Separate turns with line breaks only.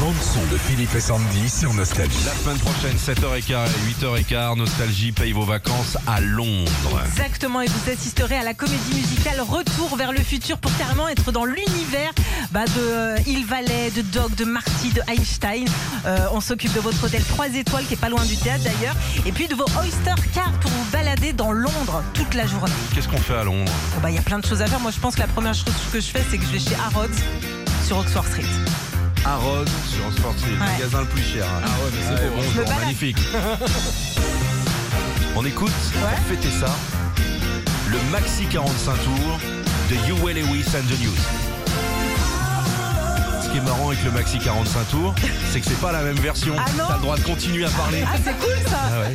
bande son de Philippe et Sandy sur Nostalgie.
La semaine prochaine, 7h15 et 8h15, Nostalgie paye vos vacances à Londres.
Exactement, et vous assisterez à la comédie musicale Retour vers le futur pour carrément être dans l'univers bah, de euh, Il Valet, de Dog, de Marty, de Einstein. Euh, on s'occupe de votre hôtel 3 étoiles qui est pas loin du théâtre d'ailleurs, et puis de vos Oyster Cars pour vous balader dans Londres toute la journée.
Qu'est-ce qu'on fait à Londres
Oh, bah, Il y a plein de choses à faire. Moi, je pense que la première chose que je fais, c'est que je vais chez Harrods sur Oxford Street.
À Rhodes, sur Oxford Street, le
Ouais.
magasin le plus cher. Ah c'est
Je me balade.
magnifique. On écoute,
Ouais.
pour fêter ça, le maxi 45 tours de You Lewis and the News. Ce qui est marrant avec le maxi 45 tours, c'est que c'est pas la même version.
Ah non
T'as le droit de continuer à parler.
Ah, c'est cool ça
Ah ouais.